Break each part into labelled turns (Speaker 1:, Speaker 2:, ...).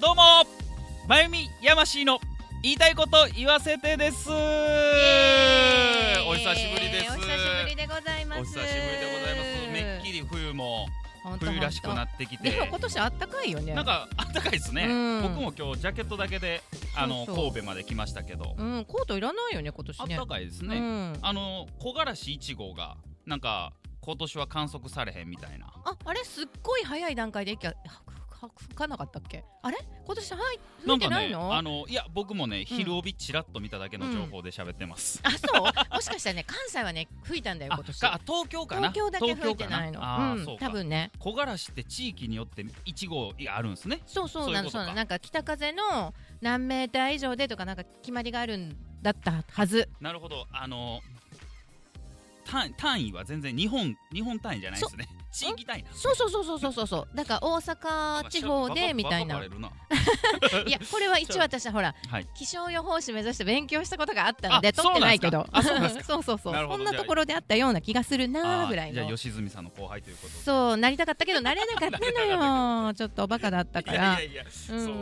Speaker 1: どうもまゆみやましいの言いたいこと言わせてですお久しぶりです
Speaker 2: お久しぶりでございます
Speaker 1: お久しぶりでございますめっきり冬も
Speaker 2: ほんと
Speaker 1: 冬らしくなってきて
Speaker 2: でも今年あったかいよね
Speaker 1: なんかあったかいですね、
Speaker 2: うん
Speaker 1: 僕も今日ジャケットだけであの
Speaker 2: そうそう
Speaker 1: 神戸まで来ましたけど、
Speaker 2: うんコートいらないよね今年
Speaker 1: あっ
Speaker 2: ね
Speaker 1: たかいですね、
Speaker 2: うん
Speaker 1: あの木枯らし1号がなんか今年は観測されへんみたいな
Speaker 2: ああれすっごい早い段階で息がはく吹かなかったっけあれ今年はい吹
Speaker 1: ないん
Speaker 2: て
Speaker 1: か
Speaker 2: ない
Speaker 1: ね
Speaker 2: の
Speaker 1: あのいや僕もね昼帯ちらっと見ただけの情報で喋ってます、
Speaker 2: あそうもしかしたらね関西はね吹いたんだよ
Speaker 1: あ
Speaker 2: 今年
Speaker 1: か東京かな
Speaker 2: 東京だけ吹いてな
Speaker 1: 東
Speaker 2: い
Speaker 1: 京
Speaker 2: の
Speaker 1: かあ
Speaker 2: う
Speaker 1: ー
Speaker 2: ん
Speaker 1: そうか
Speaker 2: 多分ね
Speaker 1: 木枯らしって地域によって1号あるんですね
Speaker 2: そうそうなの
Speaker 1: そ
Speaker 2: そうう
Speaker 1: いうことか
Speaker 2: なのなんか北風の何メーター以上でとかなんか決まりがあるんだったはず
Speaker 1: なるほどあの単単位は全然日本日本単位じゃないですね地域単位な
Speaker 2: そうそうそうそうそうそうそうだから大阪地方でみたいな
Speaker 1: バカバカバカバレる
Speaker 2: いやこれは一応私はほら、
Speaker 1: はい
Speaker 2: 気象予報士目指して勉強したことがあったので
Speaker 1: あ
Speaker 2: 取ってないけど
Speaker 1: そうなんです
Speaker 2: そうそうそう
Speaker 1: なるほ
Speaker 2: そ
Speaker 1: ど
Speaker 2: んなところであったような気がするな
Speaker 1: あ
Speaker 2: ー
Speaker 1: ー
Speaker 2: ぐらい
Speaker 1: じゃあ
Speaker 2: の
Speaker 1: 吉住さんの後輩ということで
Speaker 2: そうなりたかったけどなれなかった
Speaker 1: なれな
Speaker 2: のよちょっとバカだったか
Speaker 1: い
Speaker 2: ら
Speaker 1: やいやいや、
Speaker 2: うん
Speaker 1: そう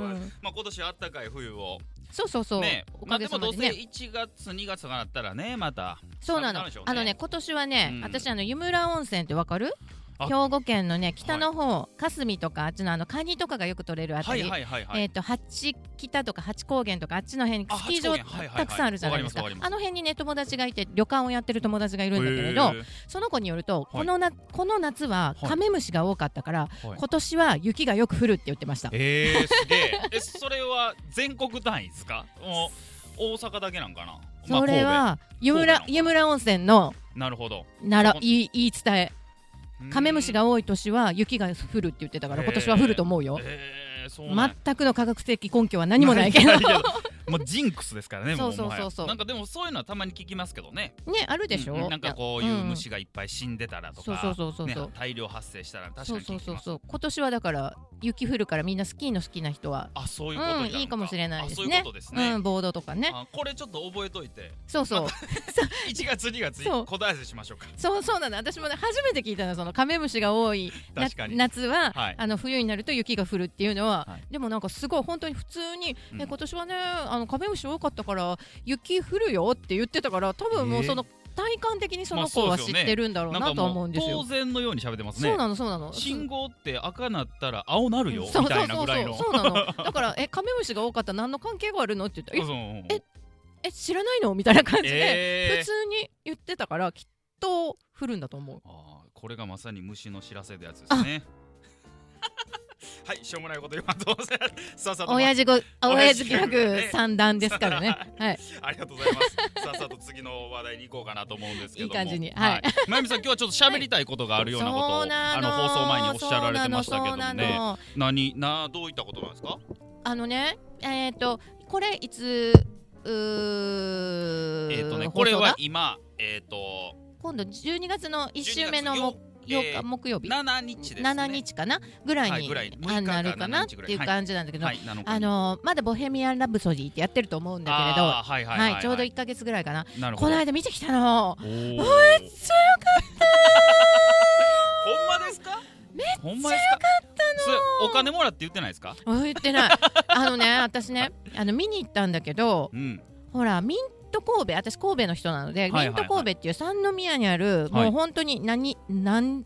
Speaker 1: まあ今年はあったかい冬を
Speaker 2: そうそうそう、
Speaker 1: ね
Speaker 2: お
Speaker 1: ま
Speaker 2: か
Speaker 1: あ
Speaker 2: げ
Speaker 1: で
Speaker 2: さ
Speaker 1: もど
Speaker 2: まで
Speaker 1: うせ
Speaker 2: ね、
Speaker 1: 1月2月がなったらねまた
Speaker 2: そうなの
Speaker 1: 寒くるでしょう
Speaker 2: あのね今年はね、
Speaker 1: うん
Speaker 2: 私あの湯村温泉ってわかる
Speaker 1: あ
Speaker 2: 兵庫県のね北の方、霞とかあっちのあのカニとかがよく取れるあた
Speaker 1: は
Speaker 2: り、
Speaker 1: いはいはいはい、
Speaker 2: えっ、と八北とか八高原とかあっちの辺
Speaker 1: あ
Speaker 2: スキー場
Speaker 1: 八高原はいはいはい
Speaker 2: たくさんあるじゃないですか
Speaker 1: わかりますわかります
Speaker 2: あの辺にね友達がいて旅館をやってる友達がいるんだけれど
Speaker 1: へー
Speaker 2: その子によるとこのな、この夏は
Speaker 1: はい
Speaker 2: カメムシが多かったから、
Speaker 1: はい
Speaker 2: 今年は雪がよく降るって言ってました
Speaker 1: えー、すげえ。え、それは全国単位ですか？もう大阪だけなんかな。まあ
Speaker 2: それ、は湯
Speaker 1: 神戸なの
Speaker 2: 村
Speaker 1: か
Speaker 2: 湯村温泉の
Speaker 1: 神戸なるほど。
Speaker 2: なら
Speaker 1: そこ
Speaker 2: 言い言い伝えカメムシ
Speaker 1: う
Speaker 2: が多い年は雪が降るって言ってたか
Speaker 1: へ
Speaker 2: ら
Speaker 1: ー
Speaker 2: 今年は降ると思う
Speaker 1: ー
Speaker 2: よ
Speaker 1: ん。えー、そうなんや。
Speaker 2: 全くの科学的根拠は何もな いけどね
Speaker 1: もうジンクスですからね。も
Speaker 2: そうそう
Speaker 1: もはや
Speaker 2: そうそう
Speaker 1: なんかでもそういうのはたまに聞きますけどね。
Speaker 2: あるでしょ
Speaker 1: うんなんかこういう
Speaker 2: ん
Speaker 1: 虫がいっぱい死んでたらとか、
Speaker 2: そうそうそうそうそう
Speaker 1: ね、大量発生したら確かに
Speaker 2: そ
Speaker 1: 聞
Speaker 2: う
Speaker 1: き
Speaker 2: そう
Speaker 1: ます。
Speaker 2: そうそう今年はだから雪降るからみんなスキーの好きな人は
Speaker 1: あ、そういうことになるの
Speaker 2: うんいいかもしれないですね
Speaker 1: あそういうことですね。
Speaker 2: うんボードとかね
Speaker 1: あこれちょっと覚えといて
Speaker 2: そ うそう
Speaker 1: 1月2月
Speaker 2: そう
Speaker 1: 答え合わせしましょうか
Speaker 2: そうそうなの私もね初めて聞いたのそのカメムシが多いな
Speaker 1: 確かに
Speaker 2: 夏は、
Speaker 1: はい
Speaker 2: あの冬になると雪が降るっていうのは、
Speaker 1: はい
Speaker 2: でもなんかすごい本当に普通に、
Speaker 1: うん
Speaker 2: え今年はねあのカメムシ多かったから雪降るよって言ってたから多分もう
Speaker 1: えー
Speaker 2: その、体感的にそ
Speaker 1: ま
Speaker 2: の
Speaker 1: あそ
Speaker 2: 子
Speaker 1: う
Speaker 2: は
Speaker 1: です
Speaker 2: 知
Speaker 1: よ
Speaker 2: っ
Speaker 1: ね
Speaker 2: てるんだろう
Speaker 1: なんか
Speaker 2: なとは思
Speaker 1: も
Speaker 2: う
Speaker 1: うん
Speaker 2: ですよ
Speaker 1: 当。然のように喋ってますね
Speaker 2: そうなのそうなの
Speaker 1: 信号って赤なったら青なるよ
Speaker 2: そう
Speaker 1: みたいなぐらいの
Speaker 2: そうそうそうそうなの だからえカメムシが多かったら何の関係があるのって言ったら
Speaker 1: そうそう
Speaker 2: えええ知らないのみたいな感じで、
Speaker 1: え
Speaker 2: 普通に言ってたからきっと降るんだと思う。
Speaker 1: ーあーこれがまさに虫の知らせでやつですね はいしょうもないこと言わん とさっさと
Speaker 2: 親父ご親
Speaker 1: 親父
Speaker 2: 父ギ
Speaker 1: ギ
Speaker 2: ャ
Speaker 1: ャ
Speaker 2: グ
Speaker 1: グ
Speaker 2: 三段ですからね。 はい。
Speaker 1: ありがとうございますさっさと次の話題に行こうかなと思うんですけども
Speaker 2: いい感じにはい
Speaker 1: まゆみさん今日はちょっと喋りたいことがあるようなことを、
Speaker 2: そうな
Speaker 1: あ
Speaker 2: の
Speaker 1: の放送前におっしゃられてましたけど
Speaker 2: そう
Speaker 1: も
Speaker 2: なのそうな
Speaker 1: ね
Speaker 2: の
Speaker 1: 何などういったことなんですか
Speaker 2: あのね、えっ、とこれいつうー
Speaker 1: えっ、とね
Speaker 2: 放送だ
Speaker 1: これは今えっ、と
Speaker 2: 今度12月の1週目の
Speaker 1: 12
Speaker 2: 木
Speaker 1: 月よ
Speaker 2: 8日木曜日
Speaker 1: 7日ですね
Speaker 2: 7日かなぐらいに,あ、
Speaker 1: はいぐらい6日か
Speaker 2: なるかなっ
Speaker 1: 7
Speaker 2: て
Speaker 1: 日ぐらい
Speaker 2: いう感じなんだけど、
Speaker 1: はい7日に
Speaker 2: あのまだ「ボヘミアン・ラブソディ」ってやってると思うんだけれど、
Speaker 1: あーはいはいはい、
Speaker 2: はいちょうど1か月ぐらいかな
Speaker 1: なるほ
Speaker 2: こ
Speaker 1: ど
Speaker 2: の間見てきたの
Speaker 1: おー
Speaker 2: めっちゃよかっ
Speaker 1: ほんまですかめっちゃよかったのそれお金もらって言ってないですか
Speaker 2: たあ言ってない あのね私ねあの見に行ったんだけど、
Speaker 1: うん
Speaker 2: ほらミント神戸私神戸の人なので、
Speaker 1: いはいはい
Speaker 2: ミント神戸っていう三宮にある、
Speaker 1: はい
Speaker 2: もう本当に何何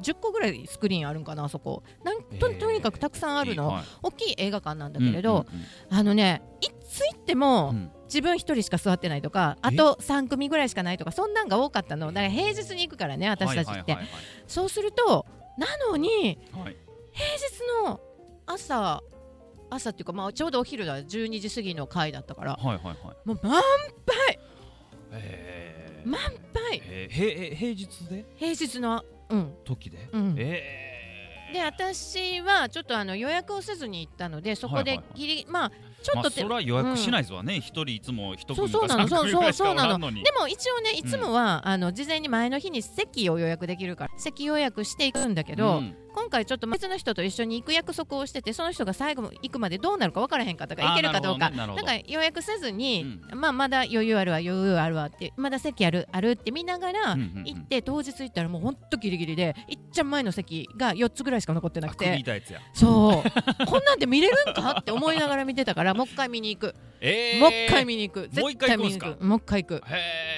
Speaker 2: 10個ぐらいスクリーンあるんかなあそこなんと,、
Speaker 1: えー
Speaker 2: とにかくたくさんあるの、
Speaker 1: はい
Speaker 2: 大きい映画館なんだけれど、
Speaker 1: うんうん
Speaker 2: あのねいつ行っても、
Speaker 1: うんうん
Speaker 2: 自分一人しか座ってないとかあと3組ぐらいしかないとかそんなんが多かったのだから平日に行くからね私たちって、
Speaker 1: はいはいはい
Speaker 2: そうするとなのに
Speaker 1: はいはい
Speaker 2: 平日の朝朝っていうか、まあ、ちょうどお昼だ12時過ぎの回だったから
Speaker 1: はいはいはい
Speaker 2: もう満杯
Speaker 1: えー
Speaker 2: 満杯
Speaker 1: えーへへ平日で
Speaker 2: 平日のうん
Speaker 1: 時で
Speaker 2: うん
Speaker 1: えー
Speaker 2: で私はちょっとあの予約をせずに行ったのでそこ
Speaker 1: はい
Speaker 2: で
Speaker 1: はいはい
Speaker 2: ギリ、まあちょっ
Speaker 1: ま
Speaker 2: と
Speaker 1: あ
Speaker 2: って、
Speaker 1: そら予約しないですわね一人いつも一組
Speaker 2: そうそうなの
Speaker 1: か三組ぐらいしか
Speaker 2: そうそうそうな
Speaker 1: おらんのに
Speaker 2: でも一応ねいつもは、あの事前に前の日に席を予約できるから席予約していくんだけど、
Speaker 1: うん
Speaker 2: 今回ちょっと別の人と一緒に行く約束をしててその人が最後行くまでどうなるか分からへんかったから
Speaker 1: あー
Speaker 2: 行けるかどうか
Speaker 1: なるほどねなるほど
Speaker 2: んか予約せずに、まあ、まだ余裕あるわ余裕あるわってまだ席あるあるって見ながら
Speaker 1: うんうんうん
Speaker 2: 行って当日行ったらもうほんとギリギリでいっちゃん前の席が4つぐらいしか残ってな
Speaker 1: あ
Speaker 2: く
Speaker 1: 首
Speaker 2: て
Speaker 1: 痛いやつや
Speaker 2: そうこんなんで見れるんかって思いながら見てたからもう一回見に行く、
Speaker 1: えー
Speaker 2: もう一回見に行く
Speaker 1: もう一
Speaker 2: 絶
Speaker 1: 回
Speaker 2: 対
Speaker 1: 行く
Speaker 2: 見
Speaker 1: んす
Speaker 2: に
Speaker 1: か
Speaker 2: 行くもう一回行く
Speaker 1: へ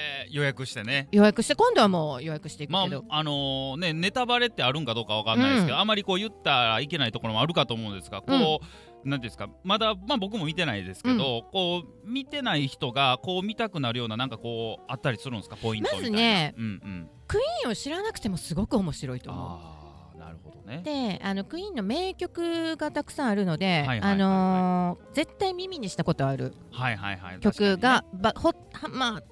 Speaker 1: ー予約してね
Speaker 2: 予約して今度はもう予約していく
Speaker 1: ま
Speaker 2: けど、
Speaker 1: ああのねネタバレってあるんかどうかわかんないですけど、
Speaker 2: うん
Speaker 1: あまりこう言ったらいけないところもあるかと思うんですがこう、なんていうんですかまだ、まあ、僕も見てないですけど、こう見てない人がこう見たくなるようななんかこうあったりするんですかポイントみたいな
Speaker 2: まずね
Speaker 1: うんうん、
Speaker 2: クイーンを知らなくてもすごく面白いと思う。
Speaker 1: あーなるほどね
Speaker 2: であのクイーンの名曲がたくさんあるので、
Speaker 1: はいはいはいはい
Speaker 2: あのー絶対耳にしたことある
Speaker 1: はいはいはい
Speaker 2: 曲が、ばほはまあ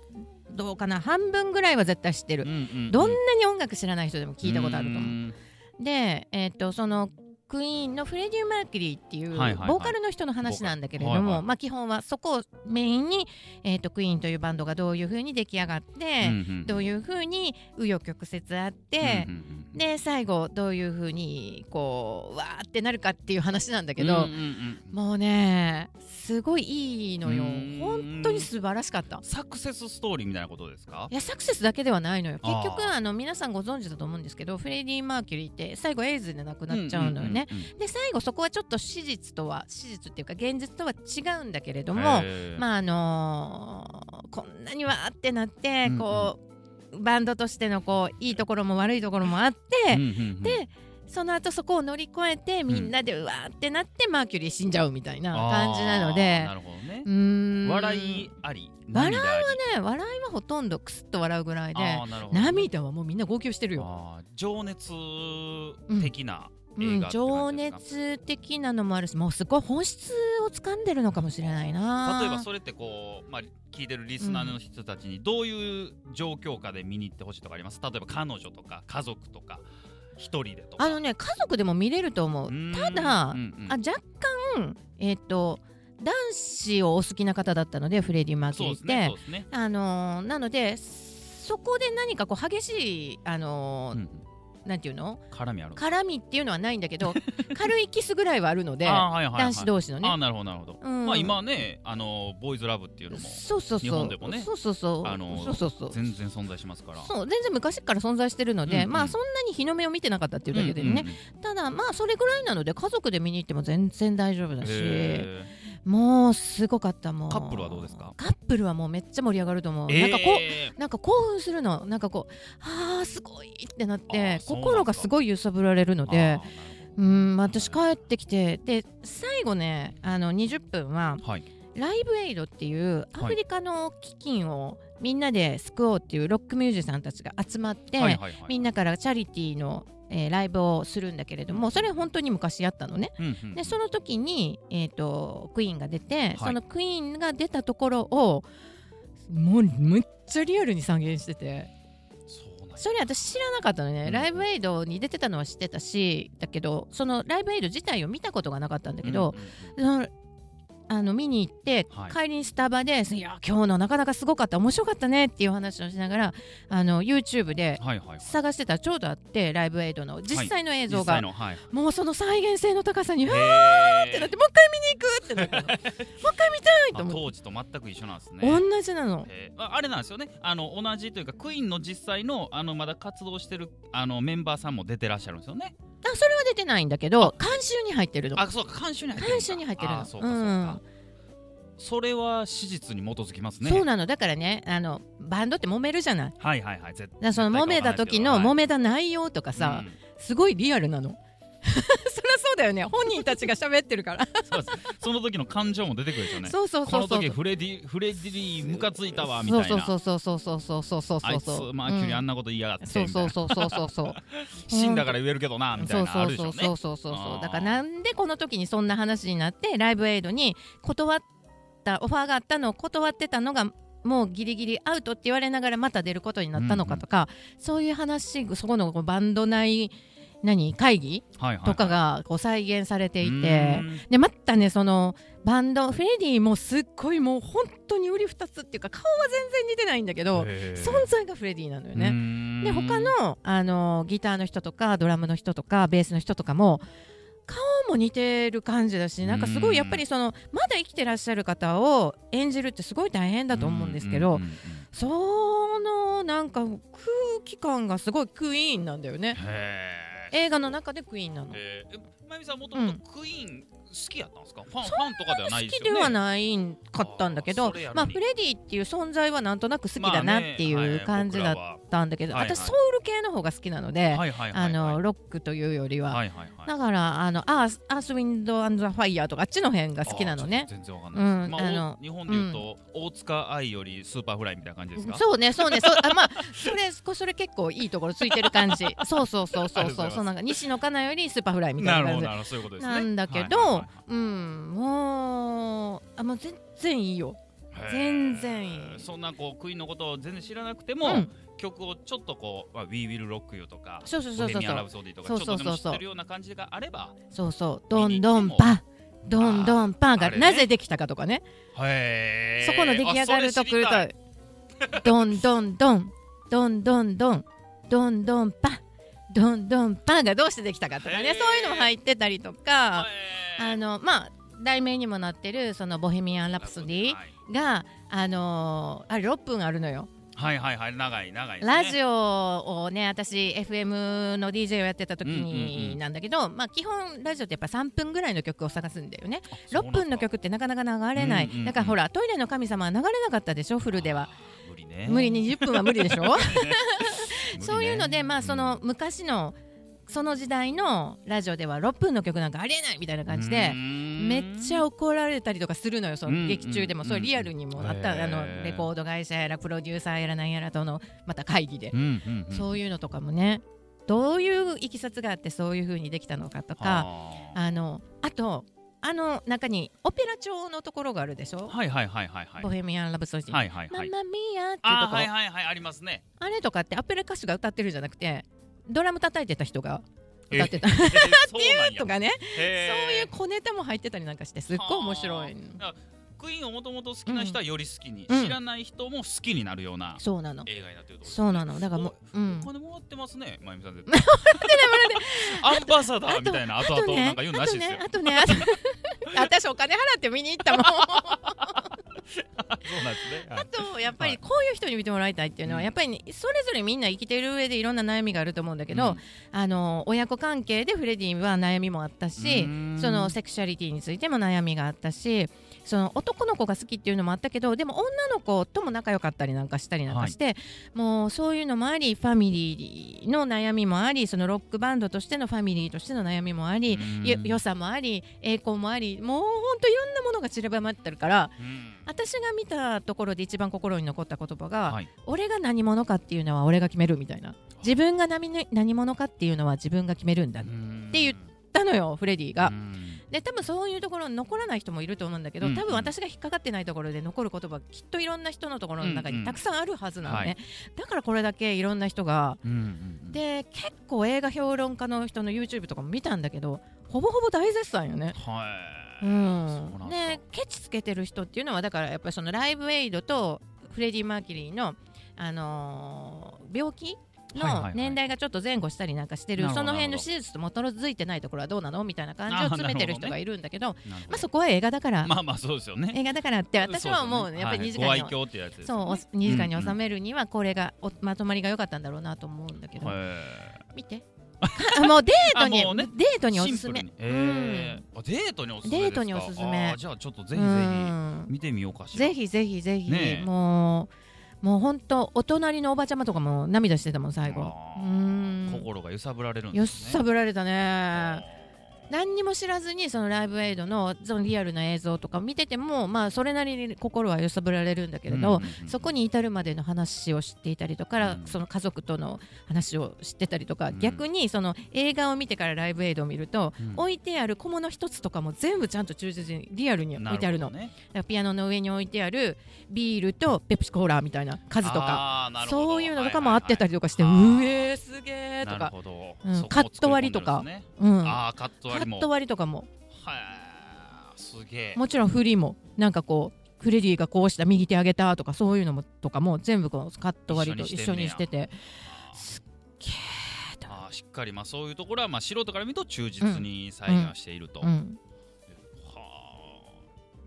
Speaker 2: どうかな半分ぐらいは絶対知ってる、
Speaker 1: 確かにねうんうんうん
Speaker 2: どんなに音楽知らない人でも聞いたことあると思う。
Speaker 1: ん
Speaker 2: で、えー、とそのクイーンのフレディ・マーキュリーっていう
Speaker 1: はいはいはい
Speaker 2: ボーカルの人の話なんだけれども、
Speaker 1: ボーカルはいはい
Speaker 2: まあ、基本はそこをメインに、えー、とクイーンというバンドがどういうふうに出来上がって、
Speaker 1: うんうん
Speaker 2: どういうふうに紆余曲折あ
Speaker 1: うんうん
Speaker 2: って、
Speaker 1: うん
Speaker 2: で最後どういうふうにこうわーってなるかっていう話なんだけ
Speaker 1: うんう
Speaker 2: ど
Speaker 1: ん、うん
Speaker 2: もうねすごいいいのよ
Speaker 1: うーん
Speaker 2: 本当に素晴らしかった
Speaker 1: サクセスストーリーみたいなことですか
Speaker 2: いやサクセスだけではないのよ結局
Speaker 1: あ
Speaker 2: あの皆さんご存知だと思うんですけどフレディ・マーキュリーって最後エイズで亡くなっちゃうのよね、
Speaker 1: んうんうんうん
Speaker 2: で最後そこはちょっと史実とは史実っていうか現実とは違うんだけれども、
Speaker 1: へー
Speaker 2: まああのーこんなにわーってなって
Speaker 1: うんうん
Speaker 2: こう、バンドとしてのこういいところも悪いところもあって、
Speaker 1: うんうんうん
Speaker 2: でその後そこを乗り越えてみんなでうわーってなって、マーキュリー死んじゃうみたいな感じなの
Speaker 1: あー
Speaker 2: で
Speaker 1: なるほどね
Speaker 2: うーん
Speaker 1: 笑いあり
Speaker 2: 笑い
Speaker 1: はね
Speaker 2: ね笑いはほとんどクスッと笑うぐらいで、
Speaker 1: なるほどね
Speaker 2: 涙はもうみんな号泣してるよ、
Speaker 1: あー情熱的な
Speaker 2: う
Speaker 1: 映
Speaker 2: ん
Speaker 1: 画、って
Speaker 2: 情
Speaker 1: 感じですか
Speaker 2: 熱的なのもあるしもうすごい本質を掴んでるのかもしれないな
Speaker 1: 例えばそれってこう、まあ、聞いてるリスナーの人たちにどういう状況下で見に行ってほしいとかあります例えば彼女とか家族とか一人でとか
Speaker 2: あのね家族でも見れると思う、
Speaker 1: うーん
Speaker 2: ただ、
Speaker 1: うんうん
Speaker 2: あ若干えっ、と男子をお好きな方だったのでフレディ・マーキュ
Speaker 1: そうで
Speaker 2: リーっ
Speaker 1: す
Speaker 2: て、
Speaker 1: ねそうですね、
Speaker 2: あのーなのでそこで何かこう激しいあの
Speaker 1: うん
Speaker 2: ー
Speaker 1: うん
Speaker 2: なんていうの
Speaker 1: 絡みある
Speaker 2: 絡みっていうのはないんだけ ど軽いキスぐらいはあるので
Speaker 1: あーはいはいはい
Speaker 2: 男子同士の
Speaker 1: あー
Speaker 2: ね。
Speaker 1: なるほどなるほど、
Speaker 2: うん
Speaker 1: まあ今ねあのボーイズラブっていうのも
Speaker 2: そうそうそう
Speaker 1: 日本でもね
Speaker 2: そうそうそう、
Speaker 1: あのー
Speaker 2: そうそうそう
Speaker 1: 全然存在しますから
Speaker 2: そう全然昔から存在してるので、
Speaker 1: うんうん
Speaker 2: まあそんなに日の目を見てなかったっていうだけでね、
Speaker 1: んんん
Speaker 2: ただまあそれぐらいなので家族で見に行っても全然大丈夫だし
Speaker 1: へ
Speaker 2: もうすごかったもう
Speaker 1: カップルはどうですか
Speaker 2: カップルはもうめっちゃ盛り上がると思う、
Speaker 1: ー
Speaker 2: なんかこう
Speaker 1: えー
Speaker 2: なんか興奮するのなんかこうあーすごいってなっ
Speaker 1: あーそ
Speaker 2: て
Speaker 1: うなんだ
Speaker 2: 心がすごい揺さぶられるの
Speaker 1: あーなる
Speaker 2: で
Speaker 1: ほ
Speaker 2: うーん私帰ってきてで最後ねあの20分は
Speaker 1: どはい
Speaker 2: ライブエイドっていう
Speaker 1: はい
Speaker 2: アフリカの基金をみんなで救おうっていうロックミュージシャンたちが集まって、
Speaker 1: はいはいはい
Speaker 2: みんなからチャリティーの、えーライブをするんだけれどもそれ本当に昔やったのね。
Speaker 1: うんうん
Speaker 2: でその時に、えー、とクイーンが出
Speaker 1: い
Speaker 2: て、そのクイーンが出たところをもうめっちゃリアルに再現してて
Speaker 1: そうなんや
Speaker 2: それ私知らなかったのね、
Speaker 1: うん
Speaker 2: ライブエイドに出てたのは知ってたしだけどそのライブエイド自体を見たことがなかったんだけど、
Speaker 1: うんうんうん
Speaker 2: そのあの見に行って、
Speaker 1: はい
Speaker 2: 帰りにスタバで「いや今日のなかなかすごかった面白かったね」っていう話をしながらあの YouTube で
Speaker 1: はいはいはい
Speaker 2: 探してたらちょうどあってライブエイドの実際の映像
Speaker 1: 実
Speaker 2: が、
Speaker 1: 際のはい
Speaker 2: もうその再現性の高さに「うわー
Speaker 1: っ
Speaker 2: ってなってもう一回見に行くってなったのもう一回見たい と思って、
Speaker 1: 当時と全く一緒なんですね
Speaker 2: 同じなの
Speaker 1: えーああれなんですよねあの同じというかクイーンの実際のあのまだ活動してるあのメンバーさんも出てらっしゃるんですよね
Speaker 2: あそれは出てないんだけど監修に入ってるの
Speaker 1: あそうか監修に入ってる
Speaker 2: 監修に入ってるの
Speaker 1: あーそうかそうか、それは史実に基づきますね
Speaker 2: そうなのだからねあのバンドって揉めるじゃないだか
Speaker 1: はいはいはい絶
Speaker 2: らその揉めた時の揉めた内容とか
Speaker 1: 絶対変わ
Speaker 2: さ
Speaker 1: ら、ないけど
Speaker 2: すごいリアルなの そりゃそうだよね本人たちが喋ってるから
Speaker 1: はいうんそうですその時の感情も出てくるでしょうね
Speaker 2: そうそうそうそう
Speaker 1: この時フレディフレディムカついたわみたい
Speaker 2: そ
Speaker 1: な
Speaker 2: うそうそうそうそうそうそうそうそう
Speaker 1: あいつ
Speaker 2: そう
Speaker 1: マーキュリーあん
Speaker 2: な
Speaker 1: なこと言いやがって、
Speaker 2: そうそう
Speaker 1: み
Speaker 2: そうそうそうそ
Speaker 1: たい
Speaker 2: う
Speaker 1: な死んだから言えるけど なみたいなのあるでしょうね
Speaker 2: そうそうそうそうそう
Speaker 1: あー
Speaker 2: だからなんでこの時にそんな話になってライブエイドに断ったオファーがあったのを断ってたのがもうギリギリアウトって言われながらまた出ることになったのかとか、そういう話そこのバンド内何会議
Speaker 1: はいはいはい
Speaker 2: とかがこう再現されていて、
Speaker 1: うーん
Speaker 2: でまたねそのバンドフレディもすっごいもう本当に売り二つっていうか顔は全然似てないんだけど
Speaker 1: へー
Speaker 2: 存在がフレディなのよ
Speaker 1: う
Speaker 2: ね
Speaker 1: ーんん
Speaker 2: で他のあのギターの人とかドラムの人とかベースの人とかも顔も似てる感じだしなんかすご
Speaker 1: うん
Speaker 2: いやっぱりそのまだ生きてらっしゃる方を演じるってすごい大変だと思うんですけど、
Speaker 1: うんうんうん
Speaker 2: そのなんか空気感がすごいクイーンなんだよね
Speaker 1: へえ
Speaker 2: 映画の中でクイーンなの。
Speaker 1: えーえまゆみさんもともとクイーン好きやったんですか、ファンファンとかではない
Speaker 2: 好
Speaker 1: です
Speaker 2: き
Speaker 1: よね
Speaker 2: ではないんかったんだけ
Speaker 1: あー
Speaker 2: ど
Speaker 1: それやの、に
Speaker 2: まあ、フレディっていう存在はなんとなく好きだなって
Speaker 1: まあね
Speaker 2: い
Speaker 1: は
Speaker 2: う感じだっ
Speaker 1: 僕
Speaker 2: たんだけど、
Speaker 1: はいはい
Speaker 2: 私ソウル系の方が好きなので、
Speaker 1: らははいはいはい
Speaker 2: あの
Speaker 1: はい
Speaker 2: ロックというよりは、
Speaker 1: はいはいはい
Speaker 2: だからあのアースアースウィンドアンドザファイヤーとかあっちの辺が好きなの
Speaker 1: あー
Speaker 2: ね
Speaker 1: ちょっと全然わかんないです、
Speaker 2: うん
Speaker 1: まあ、
Speaker 2: あ
Speaker 1: あ
Speaker 2: の
Speaker 1: 日本でいうと、大塚愛よりスーパーフライみたいな感じですか
Speaker 2: そうねそうねそう あまあそれそそれ結構いいところついてる感 じそうそうそう
Speaker 1: あ
Speaker 2: そ
Speaker 1: りがとう
Speaker 2: う
Speaker 1: ございま
Speaker 2: そう
Speaker 1: す
Speaker 2: そうなんか西野カナよりスーパーフライみた
Speaker 1: ないる
Speaker 2: な
Speaker 1: ほどなるほ
Speaker 2: 感じ
Speaker 1: どそういうことですね
Speaker 2: なんだけど、
Speaker 1: は
Speaker 2: うんもうあもう全然いいよ
Speaker 1: いはいはい
Speaker 2: 全然
Speaker 1: へーそんなこうクイーンのことを全然知らなくて
Speaker 2: う
Speaker 1: も、
Speaker 2: ん
Speaker 1: 曲をちょっとこう「まあ We Will Rock You」とか
Speaker 2: そうそうそう
Speaker 1: ボヘミ
Speaker 2: そうそ
Speaker 1: アン・ラ
Speaker 2: う
Speaker 1: ブソディ」とかち
Speaker 2: そ
Speaker 1: ょ
Speaker 2: う
Speaker 1: っと
Speaker 2: そうそう
Speaker 1: で
Speaker 2: そう
Speaker 1: も知ってるような感じがあれば
Speaker 2: そうそうど
Speaker 1: 見に
Speaker 2: ん
Speaker 1: 行
Speaker 2: ど
Speaker 1: って
Speaker 2: ん
Speaker 1: も
Speaker 2: パどんどんパ
Speaker 1: あ
Speaker 2: が、
Speaker 1: れね
Speaker 2: なぜできたかとかね
Speaker 1: へー
Speaker 2: そこの出来上がるとくる
Speaker 1: あそれ知り
Speaker 2: とどんどんどんどんどんどんどんどんパどんどんパがどうしてできたかとか
Speaker 1: へ
Speaker 2: ね
Speaker 1: ー
Speaker 2: そういうのも入ってたりと
Speaker 1: たい
Speaker 2: か
Speaker 1: へー
Speaker 2: あのまあ題名にもなってるその「ボヘミアン・ラプソディ
Speaker 1: はい」
Speaker 2: があのーあれ6分あるのよ
Speaker 1: はいはいはい長い長いですね
Speaker 2: ラジオをね私 FM の DJ をやってた時
Speaker 1: うんうんう
Speaker 2: に
Speaker 1: ん
Speaker 2: なんだけどまあ基本ラジオってやっぱ3分ぐらいの曲を探すんだよね
Speaker 1: あそうなん
Speaker 2: 6
Speaker 1: だ
Speaker 2: 分の曲ってなかなか流れない
Speaker 1: うんうんうん
Speaker 2: だからほら「トイレの神様」は流れなかったでしょフルでは
Speaker 1: あー無理ね
Speaker 2: 無理20分は無理 でしょ
Speaker 1: 無理ね
Speaker 2: そういうので、まあ、その
Speaker 1: う
Speaker 2: 昔のその時代のラジオでは6分の曲なんかありえないみたいな感じで
Speaker 1: うー。ん
Speaker 2: めっちゃ怒られたりとかするのよ、そ
Speaker 1: うん
Speaker 2: の劇中でも、
Speaker 1: うん
Speaker 2: それリアルにもあっ
Speaker 1: へ
Speaker 2: た、
Speaker 1: ー
Speaker 2: あのレコード会社やら、プロデューサーやらなんやらとの、また会議で
Speaker 1: う、んうんうん
Speaker 2: そういうのとかもね、どういういきさつがあって、そういうふうにできたのかとか、
Speaker 1: は
Speaker 2: あのあと、あの中にオペラ調のところがあるでし
Speaker 1: あ
Speaker 2: ょ、
Speaker 1: はいはいはいはいはい
Speaker 2: ボヘミアン・ラブソディ、
Speaker 1: はいはい
Speaker 2: マ
Speaker 1: はい
Speaker 2: マミアっていうところ
Speaker 1: あーはいはいはいありますね
Speaker 2: あれとかってアペラ歌手が歌ってるじゃなくてドラム叩いてた人が歌 ってた
Speaker 1: えーそうなんや
Speaker 2: とかね、
Speaker 1: へー
Speaker 2: そういう小ネタも入ってたりなんかしてすっごい面白い
Speaker 1: はあだからクイーンをもともと好きな人はより好きに、
Speaker 2: うん
Speaker 1: 知らない人も好きになるような
Speaker 2: そうなの
Speaker 1: 映画になってるってことですね
Speaker 2: そうなのだからもう、うん
Speaker 1: お、金もらってますね、まゆみさん 絶対。アンバサダーみたいな、
Speaker 2: あ
Speaker 1: 後々
Speaker 2: と
Speaker 1: な
Speaker 2: ね
Speaker 1: んか言うの
Speaker 2: あ
Speaker 1: な
Speaker 2: と
Speaker 1: しです
Speaker 2: ね
Speaker 1: よ。
Speaker 2: あとねあと 私お金払って見に行っ たもん
Speaker 1: そうなんですねは
Speaker 2: あ
Speaker 1: い。
Speaker 2: とやっぱりこういう人に見てもらいたいっていうのは、
Speaker 1: うん
Speaker 2: やっぱりね、それぞれみんな生きてる上でいろんな悩みがあると思うんだけ
Speaker 1: う
Speaker 2: ど、
Speaker 1: ん
Speaker 2: あの親子関係でフレディは悩みもあったし、
Speaker 1: うん
Speaker 2: そのセクシュアリティについても悩みがあったしその男の子が好きっていうのもあったけどでも女の子とも仲良かったりなんかしたりなんかして、もうそういうのもありファミリーの悩みもありそのロックバンドとしてのファミリーとしての悩みもあり、
Speaker 1: うん
Speaker 2: よ良さもあり栄光もありもう本当いろんなものが散らばまってるから
Speaker 1: うん
Speaker 2: 私が見たところで一番心に残った言葉が、
Speaker 1: はい
Speaker 2: 俺が何者かっていうのは俺が決めるみたいな自分が何ね何者かっていうのは自分が決めるんだって言って言ったのよフレディが。
Speaker 1: うん
Speaker 2: で多分そういうところに残らない人もいると思うんだけど、
Speaker 1: うん
Speaker 2: 多分私が引っかかってないところで残る言葉きっといろんな人のところの中
Speaker 1: うんう
Speaker 2: に
Speaker 1: ん
Speaker 2: たくさんあるはずなのね、
Speaker 1: はい
Speaker 2: だからこれだけいろんな人が
Speaker 1: うんうんうん
Speaker 2: で結構映画評論家の人の YouTube とかも見たんだけどほぼほぼ大絶賛よね。
Speaker 1: は
Speaker 2: う
Speaker 1: い。
Speaker 2: ん
Speaker 1: そうなん、だ
Speaker 2: でケチつけてる人っていうのはだからやっぱりそのライブエイドとフレディ・マーキュリーの、あのー病気
Speaker 1: はいはいは
Speaker 2: の
Speaker 1: い
Speaker 2: 年代がちょっと前後したりなんかしてる、
Speaker 1: なるほど
Speaker 2: その辺
Speaker 1: なる
Speaker 2: の
Speaker 1: ほ
Speaker 2: 手術と基づいてないところはどうなのみたいな感じを詰めてる人がいるんだけど
Speaker 1: なるほど
Speaker 2: まあ、そこは映画だから、
Speaker 1: まあまあそうですよね。
Speaker 2: 映画だからって私はもうねやっぱり2時間
Speaker 1: はい
Speaker 2: に、
Speaker 1: ご愛嬌ってやつです
Speaker 2: そう
Speaker 1: よ
Speaker 2: お
Speaker 1: ね。
Speaker 2: 2時間に収めるにはこれがおまとまりが良かったんだろうなと思うんだけど、
Speaker 1: へ
Speaker 2: 見て あもうデート
Speaker 1: あ
Speaker 2: に、
Speaker 1: もうね
Speaker 2: デート
Speaker 1: ー
Speaker 2: にお
Speaker 1: シンプ
Speaker 2: すす
Speaker 1: ル
Speaker 2: め
Speaker 1: にへーあデートにおすすめですか
Speaker 2: デートにおすすめ
Speaker 1: あーじゃあちょっとぜひぜ
Speaker 2: うん
Speaker 1: ひ見てみようかしら
Speaker 2: ぜひぜひぜひ、
Speaker 1: ねえ
Speaker 2: もうもう本当お隣のおばちゃまとかも涙してたもん最後
Speaker 1: あ
Speaker 2: う
Speaker 1: ー
Speaker 2: ん
Speaker 1: 心が揺さぶられるん
Speaker 2: よ
Speaker 1: で
Speaker 2: っ
Speaker 1: すね
Speaker 2: さぶられたね
Speaker 1: あ
Speaker 2: 何にも知らずにそのライブエイドのそのリアルな映像とか見ててもまあそれなりに心は揺さぶられるんだ
Speaker 1: ー
Speaker 2: けれ
Speaker 1: う
Speaker 2: ど、
Speaker 1: んうんうん
Speaker 2: そこに至るまでの話を知っていたりとか、
Speaker 1: うん
Speaker 2: その家族との話を知ってたりとか、
Speaker 1: うん
Speaker 2: 逆にその映画を見てからライブエイドを見ると、
Speaker 1: うん
Speaker 2: 置いてある小物一つとかも全部ちゃんと忠実にリアルに置いてあるの
Speaker 1: なほどね
Speaker 2: だからピアノの上に置いてあるビールとペプシコーラみたいな数と
Speaker 1: あ
Speaker 2: か
Speaker 1: ーなるほど
Speaker 2: そういうのとかも合ってたりとかして、
Speaker 1: はいはいは
Speaker 2: う
Speaker 1: い
Speaker 2: えーすげえと
Speaker 1: なる
Speaker 2: か、
Speaker 1: ほど
Speaker 2: うん
Speaker 1: そこを
Speaker 2: カット割りとか
Speaker 1: 作り込んでるんですね
Speaker 2: うん、カ
Speaker 1: ああカット割り
Speaker 2: ッ
Speaker 1: も
Speaker 2: ト割りとかも
Speaker 1: はーすげえ
Speaker 2: もちろんフリーもなんかこうフレディがこうした右手上げたとかそういうのもとかも全部こうカット割りと一緒にしてて。
Speaker 1: あーしっかり、まあ、そういうところは、まあ、素人から見ると忠実に再現はしていると、
Speaker 2: うん、
Speaker 1: はあ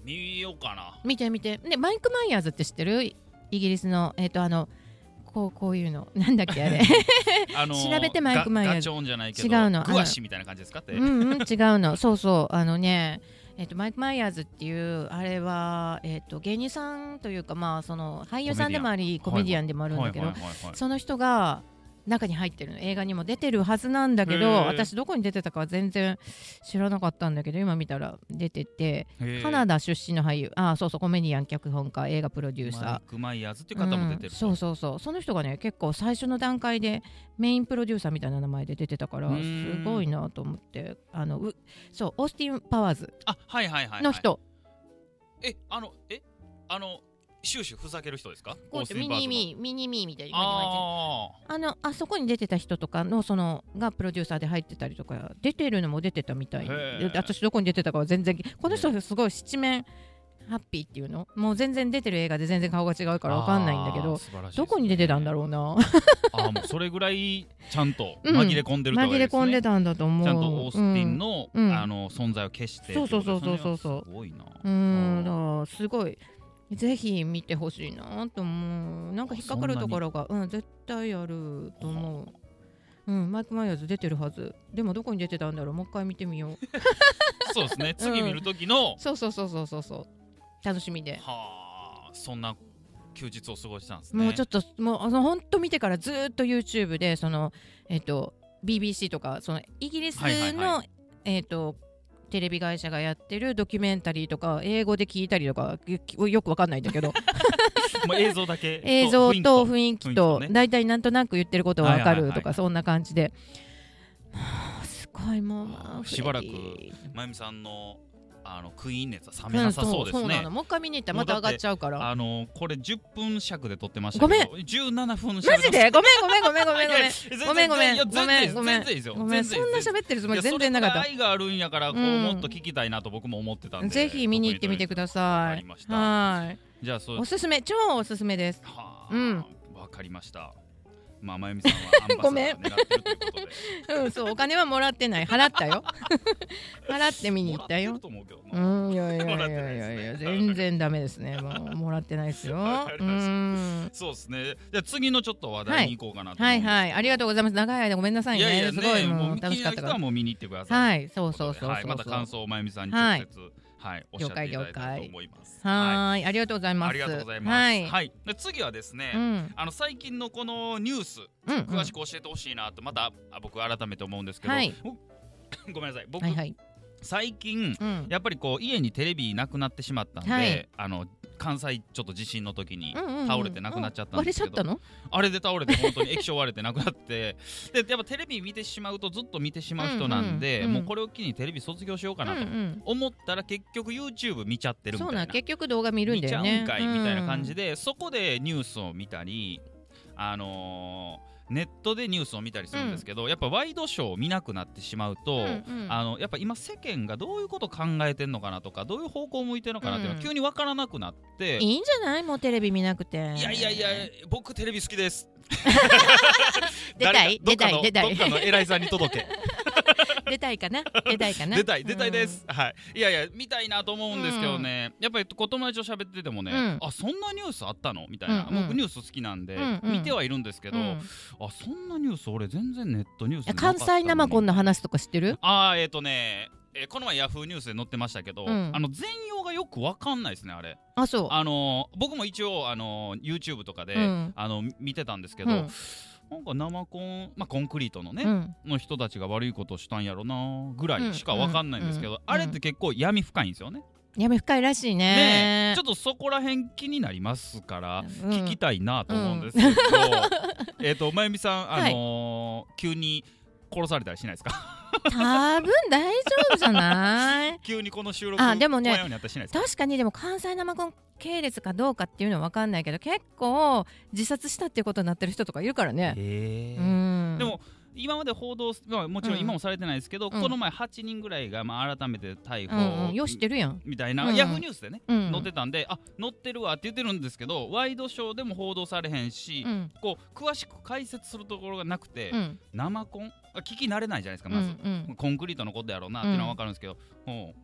Speaker 1: 見ようかな
Speaker 2: 見て見てねマイク・マイヤーズって知ってるイギリスのえっ、とあのこうこういうのなんだっけあれ
Speaker 1: あの
Speaker 2: 調べてマイクマイヤ
Speaker 1: ガ
Speaker 2: ー
Speaker 1: ガチョンじゃないけど
Speaker 2: 違うの
Speaker 1: グワシみたいな感じですかって、
Speaker 2: うんうん違うのそうそうあのねえっとマイク・マイヤーズっていうあれは、えっと芸人さんというか、まあ、その俳優さんでもありコ
Speaker 1: コ
Speaker 2: メ
Speaker 1: メ
Speaker 2: デ
Speaker 1: デ
Speaker 2: ィ
Speaker 1: ィ
Speaker 2: ア
Speaker 1: ア
Speaker 2: ンでもあるんだけど、
Speaker 1: はいはいはいはい
Speaker 2: その人が中に入ってるの映画にも出てるはずなんだけ
Speaker 1: へ
Speaker 2: ど
Speaker 1: ー
Speaker 2: 私どこに出てたかは全然知らなかったんだけど今見たら出てて
Speaker 1: へえ
Speaker 2: カナダ出身の俳優あそうそうコメディアン脚本家映画プロデューサー
Speaker 1: マイク・マイヤーズっていう方も出てる、
Speaker 2: うんそうそうそうその人がね結構最初の段階でメインプロデューサーみたいな名前で出てたから
Speaker 1: う
Speaker 2: す
Speaker 1: ん
Speaker 2: ごいなと思ってあのうそうオースティン・パワーズ
Speaker 1: あはいはいはい、はい、
Speaker 2: の人、
Speaker 1: えあのえあの終始ふざける人ですか
Speaker 2: こうやってミニミーミニミーみたいに今言わ
Speaker 1: あ
Speaker 2: れてるあのあそこに出てた人とかのそのがプロデューサーで入ってたりとか出てるのも出てたみたい
Speaker 1: へえ
Speaker 2: で私どこに出てたかは全然この人すごい七面ハッピーっていうのもう全然出てる映画で全然顔が違う
Speaker 1: あ
Speaker 2: からわかんないんだけど、どこに出てたんだ
Speaker 1: ろ
Speaker 2: ろうな
Speaker 1: うあーもうそれぐらいちゃんと
Speaker 2: うん
Speaker 1: 紛れ込んでるってわ
Speaker 2: 紛
Speaker 1: け
Speaker 2: れ
Speaker 1: です、ね
Speaker 2: 込んでたんだと思う
Speaker 1: ちゃんとオースティンの、
Speaker 2: うん
Speaker 1: あの存在を消して
Speaker 2: そうそうそうそう
Speaker 1: ってことですね
Speaker 2: そうそう
Speaker 1: すごいな
Speaker 2: うーん、
Speaker 1: うん
Speaker 2: だからすごい。ぜひ見てほしいなと思う。なんか引っかかるところが、うん、絶対あると思う。うん、マイク・マイヤーズ出てるはず。でもどこに出てたんだろう。もう一回見てみよう。
Speaker 1: そうですね次見る時の、
Speaker 2: そうそうそうそうそうそう。楽しみで。
Speaker 1: はあそんな休日を過ごしたんですね
Speaker 2: もうちょっともうあの本当見てからずーっと YouTube でそのえっ、と BBC とかそのイギリスの、
Speaker 1: はいはいは
Speaker 2: えっ、とテレビ会社がやってるドキュメンタリーとか英語で聞いたりとかよよくわかんないんだけど
Speaker 1: もう映像だ け
Speaker 2: 映像
Speaker 1: 雰
Speaker 2: と
Speaker 1: 囲
Speaker 2: 雰囲気
Speaker 1: 気
Speaker 2: と
Speaker 1: とね
Speaker 2: 大体なんとなく言ってることはわ
Speaker 1: はい
Speaker 2: か
Speaker 1: はい
Speaker 2: る
Speaker 1: はいは
Speaker 2: と
Speaker 1: い
Speaker 2: かそんな感じでもうすごいもうまあ
Speaker 1: あーしばらく
Speaker 2: フレディ
Speaker 1: 気まゆみさんのあのクイーン熱は冷めなさそうです
Speaker 2: んそうな
Speaker 1: ね
Speaker 2: のもう一回見に行ったらまた上がっちゃうから
Speaker 1: あのこれ10分尺で撮ってましたけど
Speaker 2: ご
Speaker 1: めん17分尺
Speaker 2: マジでごめんごめんごめんごめん ごめん
Speaker 1: ごめん
Speaker 2: ごめんご
Speaker 1: 全
Speaker 2: めん
Speaker 1: 然
Speaker 2: ごめ
Speaker 1: 全
Speaker 2: ん
Speaker 1: 然いいですよ
Speaker 2: ごめん
Speaker 1: 全
Speaker 2: そ
Speaker 1: 然いい
Speaker 2: んな
Speaker 1: です
Speaker 2: 喋ってるつもり
Speaker 1: いや
Speaker 2: 全然なかっ
Speaker 1: そ
Speaker 2: た
Speaker 1: れくらい愛があるんやからこう、
Speaker 2: うん
Speaker 1: もっと聞きたいなと僕も思ってたんで
Speaker 2: ぜひ見に行ってみてくださ
Speaker 1: わか
Speaker 2: い
Speaker 1: りまし。た
Speaker 2: は
Speaker 1: じゃあそ
Speaker 2: い。
Speaker 1: う
Speaker 2: おすすめ、超おすすめです。
Speaker 1: はあ、
Speaker 2: うん
Speaker 1: わかりましたまあまゆみさんはアンバ
Speaker 2: ご
Speaker 1: サダ
Speaker 2: めん
Speaker 1: ー狙ってるということで
Speaker 2: うん、そう、お金はもらってない、払ったよ。 払って見に行った
Speaker 1: もらてる
Speaker 2: よ。
Speaker 1: と思うけどな
Speaker 2: うん、いやいやい
Speaker 1: もらっ
Speaker 2: やい
Speaker 1: てない
Speaker 2: やいや、
Speaker 1: ですね
Speaker 2: 全然ダメですね。もうもらってないですよ。
Speaker 1: わか
Speaker 2: う
Speaker 1: りました
Speaker 2: ん。
Speaker 1: そうですねじゃあ次のちょっと話題に行こうかなと思
Speaker 2: は
Speaker 1: うん
Speaker 2: い
Speaker 1: ですけど
Speaker 2: はい、ありがとうございます。長い間ごめんなさい
Speaker 1: いやい
Speaker 2: ね。
Speaker 1: や
Speaker 2: すごい
Speaker 1: ねも
Speaker 2: も
Speaker 1: う
Speaker 2: う
Speaker 1: 気にな
Speaker 2: 楽しかっ
Speaker 1: る人
Speaker 2: たから
Speaker 1: は。もう見に行ってください
Speaker 2: はい、そうそうそう
Speaker 1: はい
Speaker 2: そ
Speaker 1: ま
Speaker 2: う
Speaker 1: た
Speaker 2: そう。
Speaker 1: 感想をまゆみさんに直接はい、おっしゃっていただいたらと思いますは
Speaker 2: はーい、ありがとうござい
Speaker 1: い
Speaker 2: ます。
Speaker 1: ありがとうございます
Speaker 2: は
Speaker 1: はいい、。で次はですね、
Speaker 2: うん。
Speaker 1: あの最近のこのニュース
Speaker 2: うんうん。
Speaker 1: 詳しく教えてほしいなとまたあ僕改めて思うんですけど、
Speaker 2: はい
Speaker 1: 僕 ごめんなさい僕、
Speaker 2: はいはい。
Speaker 1: 最近
Speaker 2: うん。
Speaker 1: やっぱりこう家にテレビなくなってしまったんで、
Speaker 2: はい
Speaker 1: あの関西ちょっと地震の時に
Speaker 2: うんうんうん
Speaker 1: 倒れてなくなっちゃったん
Speaker 2: 割
Speaker 1: で
Speaker 2: れ
Speaker 1: す
Speaker 2: ちゃ
Speaker 1: け
Speaker 2: っ
Speaker 1: ど、
Speaker 2: たの
Speaker 1: あれで倒れて本当に液晶割れてなくなって でやっぱテレビ見てしまうとずっと見てしまう人なんで、
Speaker 2: うんうんうん
Speaker 1: もうこれを機にテレビ卒業しようかなと
Speaker 2: うんうん
Speaker 1: 思ったら結局 YouTube 見ちゃってるみ
Speaker 2: そう
Speaker 1: た
Speaker 2: ないん
Speaker 1: な。
Speaker 2: 結局動画見るんだよね
Speaker 1: 見ちゃうんかいみたいな感じで、そこでニュースを見たりあのーネットでニュースを見たりするんですけど、やっぱワイドショーを見なくなってしまうと、
Speaker 2: うんうん
Speaker 1: あのやっぱ今世間がどういうこと考えてんのかなとかどういう方向を向いてるのかなっていうの
Speaker 2: うん
Speaker 1: が急に分からなくなって、
Speaker 2: いいんじゃないもうテレビ見なくて
Speaker 1: いやいやいや僕テレビ好きです
Speaker 2: 出た
Speaker 1: 誰
Speaker 2: い
Speaker 1: かどっかの
Speaker 2: 出たい出たい
Speaker 1: どっかの偉いさんに届 け
Speaker 2: 出たいかな出たいかな
Speaker 1: 出たい出たいです、はいいやいや見たいなと思うんですけどね、やっぱりこう友達と喋っててもね、
Speaker 2: うん
Speaker 1: あそんなニュースあったのみたいな、
Speaker 2: うんうん
Speaker 1: 僕ニュース好きなんで、
Speaker 2: うんうん
Speaker 1: 見てはいるんですけ
Speaker 2: う
Speaker 1: ど、
Speaker 2: ん
Speaker 1: あそんなニュース俺全然ネットニュース
Speaker 2: うん
Speaker 1: なかっ
Speaker 2: 関
Speaker 1: た
Speaker 2: 西生コンの話とか知ってる
Speaker 1: ああえっ、とねえーこの前ヤフーニュースで載ってましたけど、
Speaker 2: うん
Speaker 1: あの全容がよくわかんないですねあれ
Speaker 2: あそう
Speaker 1: あのー僕も一応、あのー YouTube とかで、
Speaker 2: うん
Speaker 1: あの見てたんですけど、
Speaker 2: うん
Speaker 1: なんか生コン、まあ、コンクリートのね、
Speaker 2: うん
Speaker 1: の人たちが悪いことしたんやろなぐらいしかわかんないんですけど、あれって結構闇深いんですよね。
Speaker 2: 闇深いらしい
Speaker 1: ねえ
Speaker 2: ね
Speaker 1: ちょっとそこら辺気になりますから、
Speaker 2: うん
Speaker 1: 聞きたいなと思うんですけど、えっ とまゆみさん、あのー急に殺されたりしないですか
Speaker 2: 多分大丈夫じゃない
Speaker 1: 急にこの収録
Speaker 2: あでもね
Speaker 1: このようになったりしないですか
Speaker 2: 確かにでも関西生コン系列かどうかっていうのは分かんないけど結構自殺したっていうことになってる人とかいるからね
Speaker 1: へえ
Speaker 2: うん
Speaker 1: でも今まで報道す、まあ、もちろん今もされてないですけど、
Speaker 2: うん
Speaker 1: この前8人ぐらいが、まあ、改めて逮捕、
Speaker 2: うんうん、よしてるやん、
Speaker 1: みたいな、
Speaker 2: うん
Speaker 1: ヤフーニュースでね、
Speaker 2: うん、
Speaker 1: 載ってたんであ載ってるわって言ってるんですけどワイドショーでも報道されへんし、
Speaker 2: うん
Speaker 1: こう詳しく解説するところがなくて、
Speaker 2: うん
Speaker 1: 生コンあ聞き慣れないじゃないですか
Speaker 2: うんう
Speaker 1: まず、
Speaker 2: ん
Speaker 1: コンクリートのことやろうなっていうのは分かるんですけど、うん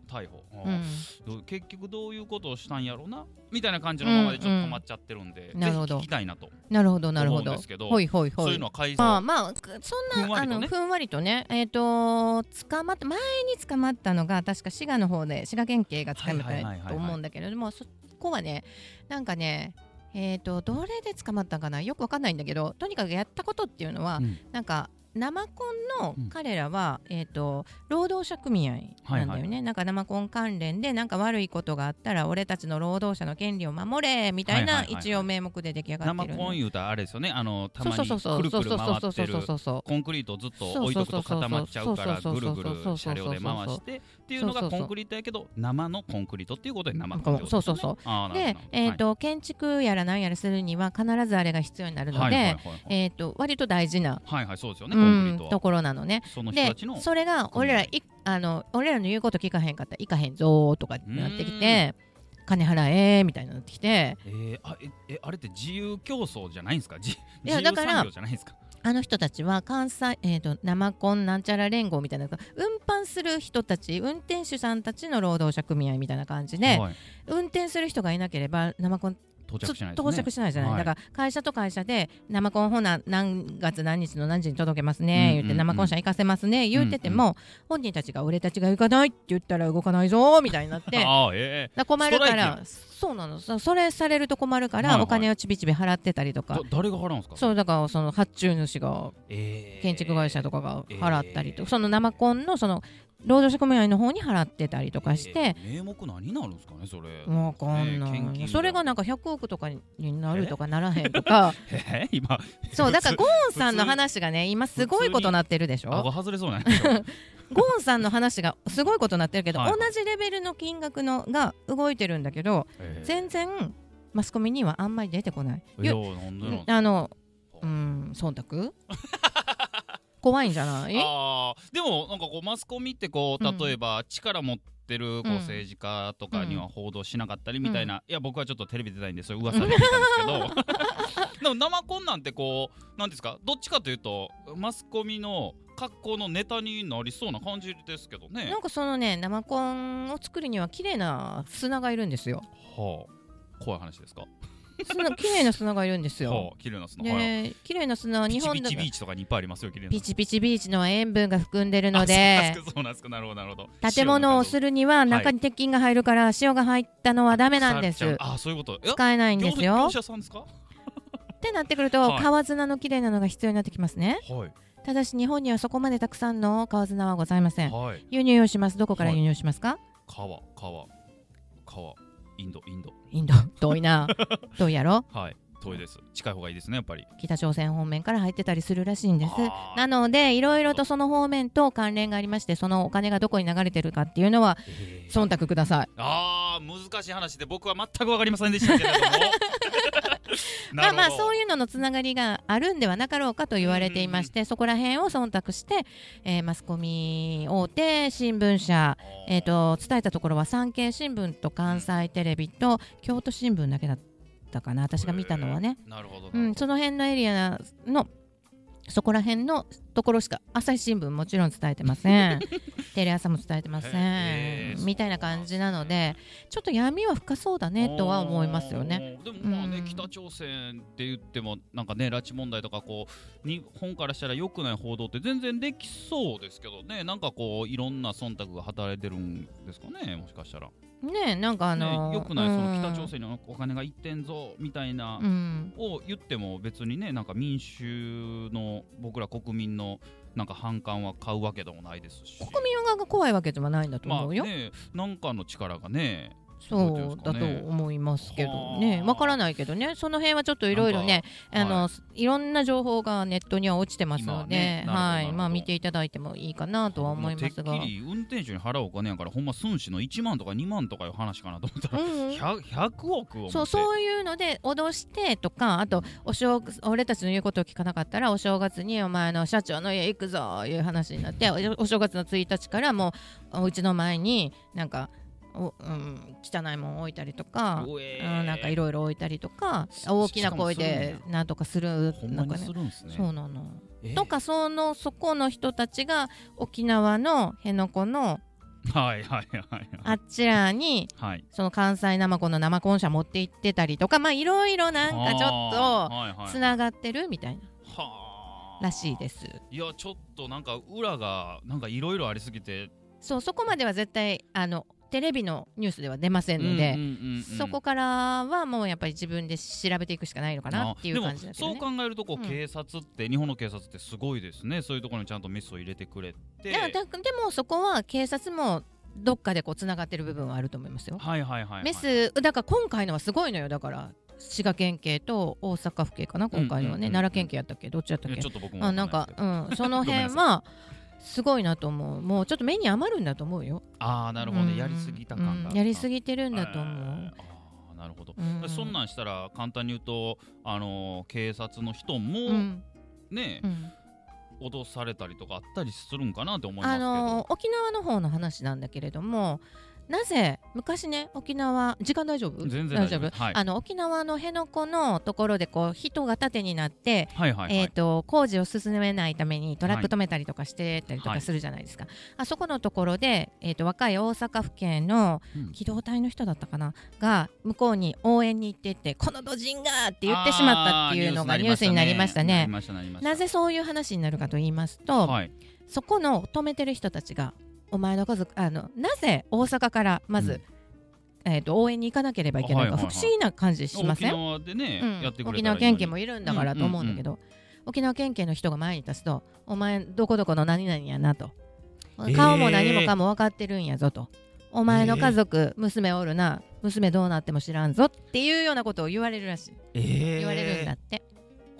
Speaker 1: 逮捕、うん
Speaker 2: うん
Speaker 1: どう結局どういうことをしたんやろうなみたいな感じのままでちょっと止まっちゃってるんで、
Speaker 2: うんなるほど
Speaker 1: ぜひ聞きたいなと
Speaker 2: なるほどなるほ
Speaker 1: 思う
Speaker 2: ど
Speaker 1: んですけど
Speaker 2: ほいほいほい
Speaker 1: そういうのは解説、
Speaker 2: まあまあくそんな
Speaker 1: ふんわりとね
Speaker 2: あのふんわりとねえっ、と捕まった前に捕まったのが確か滋賀の方で滋賀県警が捕ま
Speaker 1: はいはいはいはい
Speaker 2: った
Speaker 1: はい
Speaker 2: と思うんだけれどもそこはねなんかねえー、とどれで捕まったんかなよくわかんないんだけどとにかくやったことっていうのは、
Speaker 1: うん
Speaker 2: なんか生コンの
Speaker 1: うん
Speaker 2: 彼らは、えー、と労働者組合なんだよね、
Speaker 1: はい
Speaker 2: なんか生コン関連でなんか悪いことがあったら俺たちの労働者の権利を守れみたい
Speaker 1: はい
Speaker 2: な
Speaker 1: はいはいはい
Speaker 2: 一応名目で出来上がって
Speaker 1: 生
Speaker 2: るんだ
Speaker 1: コンいうたらあれですよねあのたま
Speaker 2: そう
Speaker 1: に
Speaker 2: そうそう
Speaker 1: くるくる回って
Speaker 2: そうそうそうそう
Speaker 1: る
Speaker 2: そうそう
Speaker 1: コンクリートをずっと置いとくと固まっちゃうから
Speaker 2: そうそ
Speaker 1: ぐ
Speaker 2: うそ
Speaker 1: る
Speaker 2: う
Speaker 1: ぐ
Speaker 2: そう
Speaker 1: る車両で回してっていうの
Speaker 2: そ
Speaker 1: が
Speaker 2: うそ
Speaker 1: コ
Speaker 2: うそう
Speaker 1: ンクリートやけど生のコンクリートっていうことで生コンってことですね
Speaker 2: そうそうそう
Speaker 1: あーなるほ
Speaker 2: で
Speaker 1: ど、
Speaker 2: えーと建築やらなんやらするには必ずあれが必要になるので、
Speaker 1: はいはいはいはいはい
Speaker 2: えー、と割と大事な、
Speaker 1: はいはいそうですよね
Speaker 2: う
Speaker 1: コンクリ
Speaker 2: ん
Speaker 1: ート
Speaker 2: と
Speaker 1: は
Speaker 2: ころなのね。
Speaker 1: その人
Speaker 2: で
Speaker 1: たちの
Speaker 2: それが俺らいあの俺らの言うこと聞かへんかったら行かへんぞーとかなってきて金払えーみたいになってきて
Speaker 1: えーあええあれって自由競争じゃないんですか自
Speaker 2: いや
Speaker 1: 自
Speaker 2: だ
Speaker 1: 由
Speaker 2: から
Speaker 1: 産業じゃないんですか
Speaker 2: あの人たちは関西、えー、と生コンなんちゃら連合みたいな運搬する人たち運転手さんたちの労働者組合みたいな感じで、
Speaker 1: はい
Speaker 2: 運転する人がいなければ生コン
Speaker 1: 到
Speaker 2: ちょ
Speaker 1: 着しないですね
Speaker 2: 到着しないじゃない、
Speaker 1: はい
Speaker 2: だから会社と会社で生コンほな何月何日の何時に届けますね
Speaker 1: う
Speaker 2: 言って、
Speaker 1: んうんうん
Speaker 2: 生コン車行かせますね言うてても、本人たちが俺たちが行かないって言ったら動かないぞみたいになってだか
Speaker 1: あーえ
Speaker 2: ら困るか
Speaker 1: ストライ
Speaker 2: らそうなのそそれされると困るか
Speaker 1: はい
Speaker 2: ら
Speaker 1: はい
Speaker 2: お金をちびちび払ってたりと
Speaker 1: え
Speaker 2: か、
Speaker 1: だ誰が払うんですか
Speaker 2: そうだからその発注主が
Speaker 1: えー
Speaker 2: 建築会社とかが払ったりと、
Speaker 1: えー
Speaker 2: その生コンのその労働者組合の方に払ってたりとかし
Speaker 1: え
Speaker 2: て、
Speaker 1: ー名目何になるんですかねそれ
Speaker 2: わか
Speaker 1: えー
Speaker 2: ん
Speaker 1: 献
Speaker 2: な
Speaker 1: 金
Speaker 2: い。
Speaker 1: だ
Speaker 2: それがなんか100億とかになるとかならへんとか。
Speaker 1: えー今
Speaker 2: そうだから
Speaker 1: 普
Speaker 2: ゴーンさんの話がね今すごいことなってるでしょ
Speaker 1: 顎外れそうなんですよ
Speaker 2: ゴーンさんの話がすごいことなってるけど、
Speaker 1: はいはい
Speaker 2: 同じレベルの金額のが動いてるんだけど
Speaker 1: えー
Speaker 2: 全然マスコミにはあんまり出てこない。
Speaker 1: いやなんでなんですか
Speaker 2: あのうん忖 度怖いんじゃない
Speaker 1: あーでもなんかこうマスコミってこう
Speaker 2: うん
Speaker 1: 例えば力持ってるこ
Speaker 2: う
Speaker 1: うん政治家とかに
Speaker 2: う
Speaker 1: は報道しなかったりみたいな、いや僕はちょっとテレビ出たいんでそういう 噂で聞いたんですけどでも生コンなんてこうなんですかどっちかというとマスコミの格好のネタになりそうな感じですけどね
Speaker 2: な。んかそのね生コンを作るには綺麗な砂がいるんですよ。
Speaker 1: はあ怖い話ですか。
Speaker 2: 砂綺麗な砂がいるんですよ
Speaker 1: は。あ綺麗な砂。はい
Speaker 2: で綺麗な砂は
Speaker 1: ピ
Speaker 2: 日
Speaker 1: チ
Speaker 2: 本
Speaker 1: ピ
Speaker 2: だ
Speaker 1: チ
Speaker 2: と
Speaker 1: ビーチとかにいっぱいありますよ綺麗な
Speaker 2: ピ
Speaker 1: 砂。
Speaker 2: チピチビーチのは塩分が含んでるの
Speaker 1: あ
Speaker 2: で
Speaker 1: そうなんですかそうなんですかなるほどなるほど。
Speaker 2: 建物を
Speaker 1: る
Speaker 2: するには中に鉄筋が入るから塩が入ったのはダメなんです、
Speaker 1: あそういうこと。え
Speaker 2: 使えないんです
Speaker 1: 業
Speaker 2: よ
Speaker 1: 業者さんですか。
Speaker 2: ってなってくると、
Speaker 1: はい
Speaker 2: 川砂の綺麗なのが必要になってきますね
Speaker 1: はい
Speaker 2: ただし日本にはそこまでたくさんの川砂はございません
Speaker 1: はい。
Speaker 2: 輸入をしますどこから輸入しますか、
Speaker 1: 川川川インドインド
Speaker 2: インド遠いな 遠いやろ
Speaker 1: はい遠いです近い方がいいですねやっぱり
Speaker 2: 北朝鮮方面から入ってたりするらしいんです
Speaker 1: あー
Speaker 2: なのでいろいろとその方面と関連がありましてそのお金がどこに流れてるかっていうのは
Speaker 1: えー
Speaker 2: 忖度ください
Speaker 1: あー難しい話で僕は全く分かりませんで したけれども
Speaker 2: まあまあそう
Speaker 1: いう
Speaker 2: いうののつながりがあるんではなかろうかと言われていまして、そこら辺を忖度して、えーマスコミ大手新聞社、えー、と伝えたところは産経新聞と関西テレビと京都新聞だけだったかな私が見たのはね、
Speaker 1: なるほどなるほ
Speaker 2: う
Speaker 1: ど、
Speaker 2: ん、その辺のエリアのそこら辺のところしか朝日新聞もちろん伝えてませ んテレ朝も伝えてません、
Speaker 1: へー
Speaker 2: みたいな感じなのでちょっと闇は深そうだねとは思いますよね。
Speaker 1: おー。でもまあね、
Speaker 2: うん
Speaker 1: 北朝鮮って言ってもなんかね拉致問題とかこう日本からしたら良くない報道って全然できそうですけどねなんかこういろんな忖度が働いてるんですかねもしかしたら。
Speaker 2: ねえなんかあのー
Speaker 1: ね、よくない、その
Speaker 2: うん
Speaker 1: 北朝鮮にお金がいってんぞみたいな、
Speaker 2: うん
Speaker 1: を言っても別にねなんか民衆の僕ら国民のなんか反感は買うわけでもないですし
Speaker 2: 国民側が怖いわけではないんだと
Speaker 1: まあ
Speaker 2: 思うよ。
Speaker 1: ねなんかの力がね
Speaker 2: そうだと思いますけどね、わからないけどね、その辺はちょっといろいろね、
Speaker 1: な
Speaker 2: あ
Speaker 1: んか
Speaker 2: の、い、ろんな情報がネットには落ちてますので、
Speaker 1: 今は
Speaker 2: は
Speaker 1: ねなるほどな
Speaker 2: い、
Speaker 1: るほど
Speaker 2: まあ見ていただいてもいいかなとは思いますが、
Speaker 1: もうてっきり運転手に払うお金やからほんま寸志の1万とか2万とかいう話かなと思った
Speaker 2: う
Speaker 1: ら、
Speaker 2: んうん、
Speaker 1: 100, 100億を
Speaker 2: そう
Speaker 1: う
Speaker 2: そういうので脅してとか、あとお正月俺たちの言うことを聞かなかったらお正月にお前の社長の家行くぞいう話になって、おお正月の1日からもうお家の前になんかお、うん、汚いもん置いたりとか。うん、なんかい
Speaker 1: ろ
Speaker 2: ろいろ置いたりとか
Speaker 1: し
Speaker 2: 大きな声
Speaker 1: し
Speaker 2: で
Speaker 1: かもするん
Speaker 2: なんとかする
Speaker 1: ほんま
Speaker 2: なんか
Speaker 1: に
Speaker 2: ね
Speaker 1: するんすね
Speaker 2: そうなの、
Speaker 1: えー
Speaker 2: とかそのそこの人たちが沖縄の辺野古の
Speaker 1: はいはいはい
Speaker 2: あ
Speaker 1: はい
Speaker 2: っちらに
Speaker 1: はい
Speaker 2: その関西なまこの生コン社持って行ってたりとかまあいろいろなんかちょっ
Speaker 1: ょ
Speaker 2: とつながってるみたいな
Speaker 1: はあ
Speaker 2: らしいです
Speaker 1: いやちょっとなんか裏がなんかいろいろありすぎて
Speaker 2: そうそこまでは絶対あのテレビのニュースでは出ませんの
Speaker 1: うん
Speaker 2: で、
Speaker 1: うんうんうん
Speaker 2: そこからはもうやっぱり自分で調べていくしかないのかなっていう感じだけど、ね、
Speaker 1: でもそう考えるとこう、
Speaker 2: うん
Speaker 1: 警察って日本の警察ってすごいですねそういうところにちゃんとメスを入れてくれて
Speaker 2: いやだでもそこは警察もどっかでこうつながってる部分はあると思いますよ。
Speaker 1: はいはいはいはい
Speaker 2: メスだから今回のはすごいのよだから滋賀県警と大阪府警かな今
Speaker 1: う
Speaker 2: 回
Speaker 1: んうん
Speaker 2: は
Speaker 1: うんう
Speaker 2: ね
Speaker 1: ん
Speaker 2: 奈良県警やったっけどっちやったっ
Speaker 1: いや
Speaker 2: け
Speaker 1: ちょっと僕も
Speaker 2: あ
Speaker 1: わ
Speaker 2: なん
Speaker 1: いです
Speaker 2: か
Speaker 1: けど
Speaker 2: うんその辺はすごいなと思うもうちょっと目に余るんだと思うよ。
Speaker 1: ああなるほど、
Speaker 2: うん
Speaker 1: やりすぎた感が、
Speaker 2: うんやりす
Speaker 1: ぎ
Speaker 2: ぎてるんだと思
Speaker 1: あーなるほど、
Speaker 2: う。う
Speaker 1: そん
Speaker 2: ん
Speaker 1: なんしたら簡単に言うとあのー警察の人
Speaker 2: う
Speaker 1: も
Speaker 2: ん
Speaker 1: ね、
Speaker 2: うん
Speaker 1: 脅されたりとかあったりするんかなって思います
Speaker 2: あ
Speaker 1: けど、
Speaker 2: のー沖縄の方の話なんだけれどもなぜ昔ね沖縄時間大丈夫
Speaker 1: 全然大丈夫ですはい
Speaker 2: あの沖縄の辺野古のところでこう人が縦になって、
Speaker 1: はいはいはい、
Speaker 2: えー、と工事を進めないためにトラッ
Speaker 1: はい
Speaker 2: ク止めたりとかしてたりと
Speaker 1: は
Speaker 2: か
Speaker 1: い
Speaker 2: するじゃないですか、あそこのところで、えー、と若い大阪府警の
Speaker 1: うん
Speaker 2: 機動隊の人だったかなが向こうに応援に行ってってこのドジンがーって言ってしまったっていうのがニュースになりました
Speaker 1: なり
Speaker 2: ね。
Speaker 1: ましたなりました
Speaker 2: なぜそういう話になるかと言いますと、
Speaker 1: はい、
Speaker 2: そこの止めてる人たちがお前の家族あのなぜ大阪からまず、えー、と応援に行かなければいけない
Speaker 1: はい
Speaker 2: か、
Speaker 1: はいはい
Speaker 2: 不思議な感じしません
Speaker 1: 沖縄でね、
Speaker 2: うん
Speaker 1: やってくれた
Speaker 2: 沖
Speaker 1: ら
Speaker 2: 縄
Speaker 1: いいのに
Speaker 2: 県警もいるんだからと思うんだけど、沖縄県警の人が前に立つと「お前どこどこの何々やな」と
Speaker 1: えー
Speaker 2: 「顔も何もかも分かってるんやぞ」と「お前の家族娘おるな娘どうなっても知らんぞ」っていうようなことを言われるらしい
Speaker 1: えー
Speaker 2: 言われるんだって。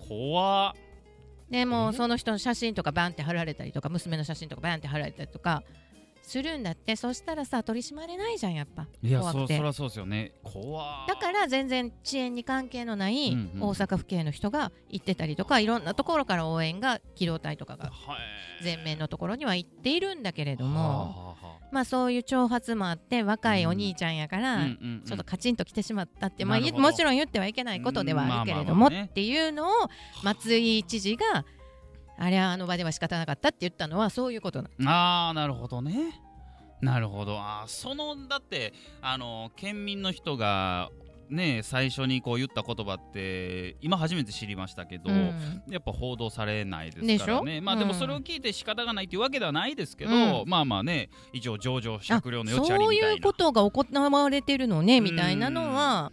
Speaker 1: 怖っ
Speaker 2: でも
Speaker 1: え
Speaker 2: うその人の写真とかバンって貼られたりとか娘の写真とかバンって貼られたりとかするんだってそしたらさ取り締まれないじゃんやっぱ
Speaker 1: いや
Speaker 2: 怖
Speaker 1: そ
Speaker 2: く
Speaker 1: そ
Speaker 2: て
Speaker 1: りゃそうですよね怖っ
Speaker 2: だから全然遅延に関係のない
Speaker 1: うんうん
Speaker 2: 大阪府警の人が行ってたりとかいろんなところから応援が機動隊とかが
Speaker 1: はい
Speaker 2: 前面のところには行っているんだけれど
Speaker 1: はあ
Speaker 2: も
Speaker 1: はあはあ
Speaker 2: まあそういう挑発もあって若いお兄ちゃんやから、
Speaker 1: うんうんうん
Speaker 2: ちょっとカチンと来てしまったって、まあ、
Speaker 1: なる
Speaker 2: い
Speaker 1: ほど
Speaker 2: もちろん言ってはいけないことではあるけれど
Speaker 1: う
Speaker 2: も
Speaker 1: んまあまあまあね
Speaker 2: っていうのを松井知事があれはあの場では仕方なかったって言ったのはそういうことなの
Speaker 1: ああなるほどねなるほどあーそのだってあの県民の人がね最初にこう言った言葉って今初めて知りましたけど、
Speaker 2: うん
Speaker 1: やっぱ報道されないですからね
Speaker 2: でしょ
Speaker 1: まあでも
Speaker 2: うん
Speaker 1: それを聞いて仕方がないというわけではないですけど、
Speaker 2: うん
Speaker 1: まあまあね一応上場
Speaker 2: あ
Speaker 1: 酌量の余地あり
Speaker 2: そう
Speaker 1: みたいな
Speaker 2: いうことが行われてるのね
Speaker 1: うん
Speaker 2: みたいなのは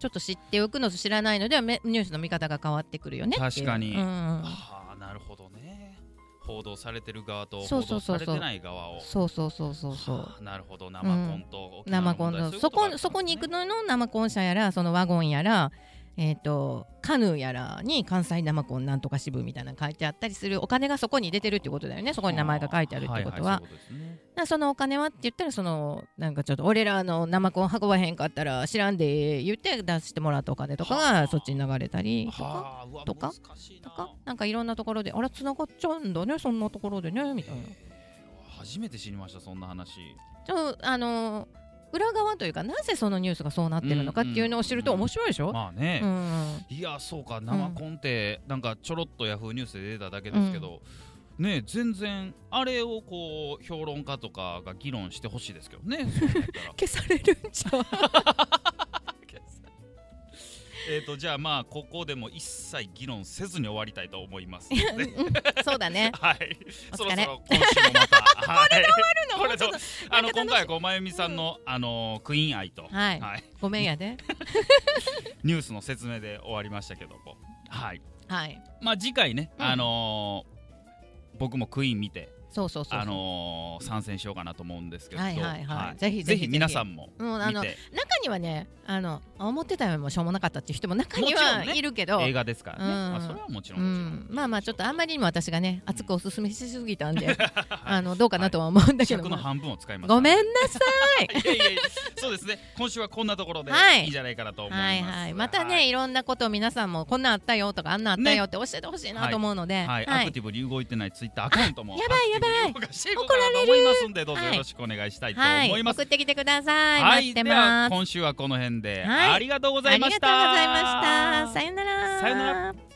Speaker 2: ちょっと知っておくのと知らないのではめニュースの見方が変わってくるよねっていう
Speaker 1: 確かに
Speaker 2: うん
Speaker 1: ああなるほどね報道されてる側と
Speaker 2: そ
Speaker 1: 報
Speaker 2: うそ
Speaker 1: 道
Speaker 2: うそ
Speaker 1: さ
Speaker 2: うそう
Speaker 1: れてない側を
Speaker 2: そうそうそうそうそう
Speaker 1: はあなるほど生コンと沖縄
Speaker 2: 生
Speaker 1: の
Speaker 2: コ
Speaker 1: 問題、
Speaker 2: ンの
Speaker 1: ういう
Speaker 2: そ
Speaker 1: とがあ
Speaker 2: こ
Speaker 1: るんですね
Speaker 2: そこに行くのの生コン車やらそのワゴンやら、えー、とカヌーやらに関西生コンなんとか支部みたいなの書いてあったりするお金がそこに出てるってことだよねそこに名前が書いてあるって
Speaker 1: いいそ
Speaker 2: ことは,、
Speaker 1: ういうことですね
Speaker 2: なそのお金はって言ったらそのなんかちょっと俺らの生コン運ばへんかったら知らんでええ言って出してもらったお金とか
Speaker 1: はあ
Speaker 2: がそっちに流れたりとか。
Speaker 1: はあうわ
Speaker 2: とか
Speaker 1: 難しいな
Speaker 2: とかなんかいろんなところであれ繋がっちゃうんだねそんなところでねみたいな
Speaker 1: えー初めて知りましたそんな話
Speaker 2: ちょあの裏側というかなぜそのニュースがそうなってるのかっていうのを知ると面白いでしょ、
Speaker 1: まあね、
Speaker 2: うん
Speaker 1: いやそうか生コンってなんかちょろっとヤフーニュースで出ただけですけど、ね全然あれをこう評論家とかが議論してほしいですけどね そうだったら
Speaker 2: 消されるん ちゃう
Speaker 1: えっとじゃあまあここでも一切議論せずに終わりたいと思います
Speaker 2: そうだ ね
Speaker 1: はい
Speaker 2: お
Speaker 1: そ
Speaker 2: 疲れ
Speaker 1: ろそろ今週もまた はいこれで終わるのあの
Speaker 2: なんか楽しい
Speaker 1: 今回はこうまゆみさんの、あのークイーン愛と、
Speaker 2: はいごめんやで
Speaker 1: ニュースの説明で終わりましたけどもはい
Speaker 2: はい
Speaker 1: まあ次回ね、
Speaker 2: うん
Speaker 1: あのー僕もクイーン見て
Speaker 2: そうそうそうそう
Speaker 1: あのー参戦しようかなと思うんですけど、
Speaker 2: はいはいはいぜひぜひぜひ
Speaker 1: 皆さんも
Speaker 2: もうあ
Speaker 1: 見
Speaker 2: の
Speaker 1: て
Speaker 2: 中にはねあのあ思ってたよりもしょうもなかったっていう人も中に
Speaker 1: もちろ
Speaker 2: は
Speaker 1: んね
Speaker 2: いるけど、
Speaker 1: 映画ですからね、
Speaker 2: うん
Speaker 1: あそれはもちろ
Speaker 2: うん
Speaker 1: もちろん、
Speaker 2: ん、まあまあちょっとあんまりにも私がね熱くおすすめしすぎた んで、あ
Speaker 1: あ
Speaker 2: のどうかなとは思うんだけど
Speaker 1: 尺
Speaker 2: も、
Speaker 1: の半分を使いました
Speaker 2: ごめん
Speaker 1: い
Speaker 2: なさ い
Speaker 1: やいやいやそうですね今週はこんなところで
Speaker 2: はい
Speaker 1: いいんじゃないかなと思います、
Speaker 2: はいはいまたね、、
Speaker 1: はい
Speaker 2: ろんなことを皆さんもこんなんあったよとかあんなんあったよって教えてほしいなと思うので、
Speaker 1: いはいアクティブに動いてないツイッターアカウントも
Speaker 2: あやばいやばい
Speaker 1: アクティブに動かしていこうかなと思いますんでどうぞよろしくお願いしたいと
Speaker 2: はい
Speaker 1: 思います、
Speaker 2: 送ってきてください、待って
Speaker 1: では
Speaker 2: ます
Speaker 1: 今週はこの辺で、
Speaker 2: はい
Speaker 1: ありがとうござ
Speaker 2: あ
Speaker 1: い
Speaker 2: りが
Speaker 1: ま
Speaker 2: とう
Speaker 1: し
Speaker 2: ご
Speaker 1: た
Speaker 2: ざいましたさよなら
Speaker 1: さよなら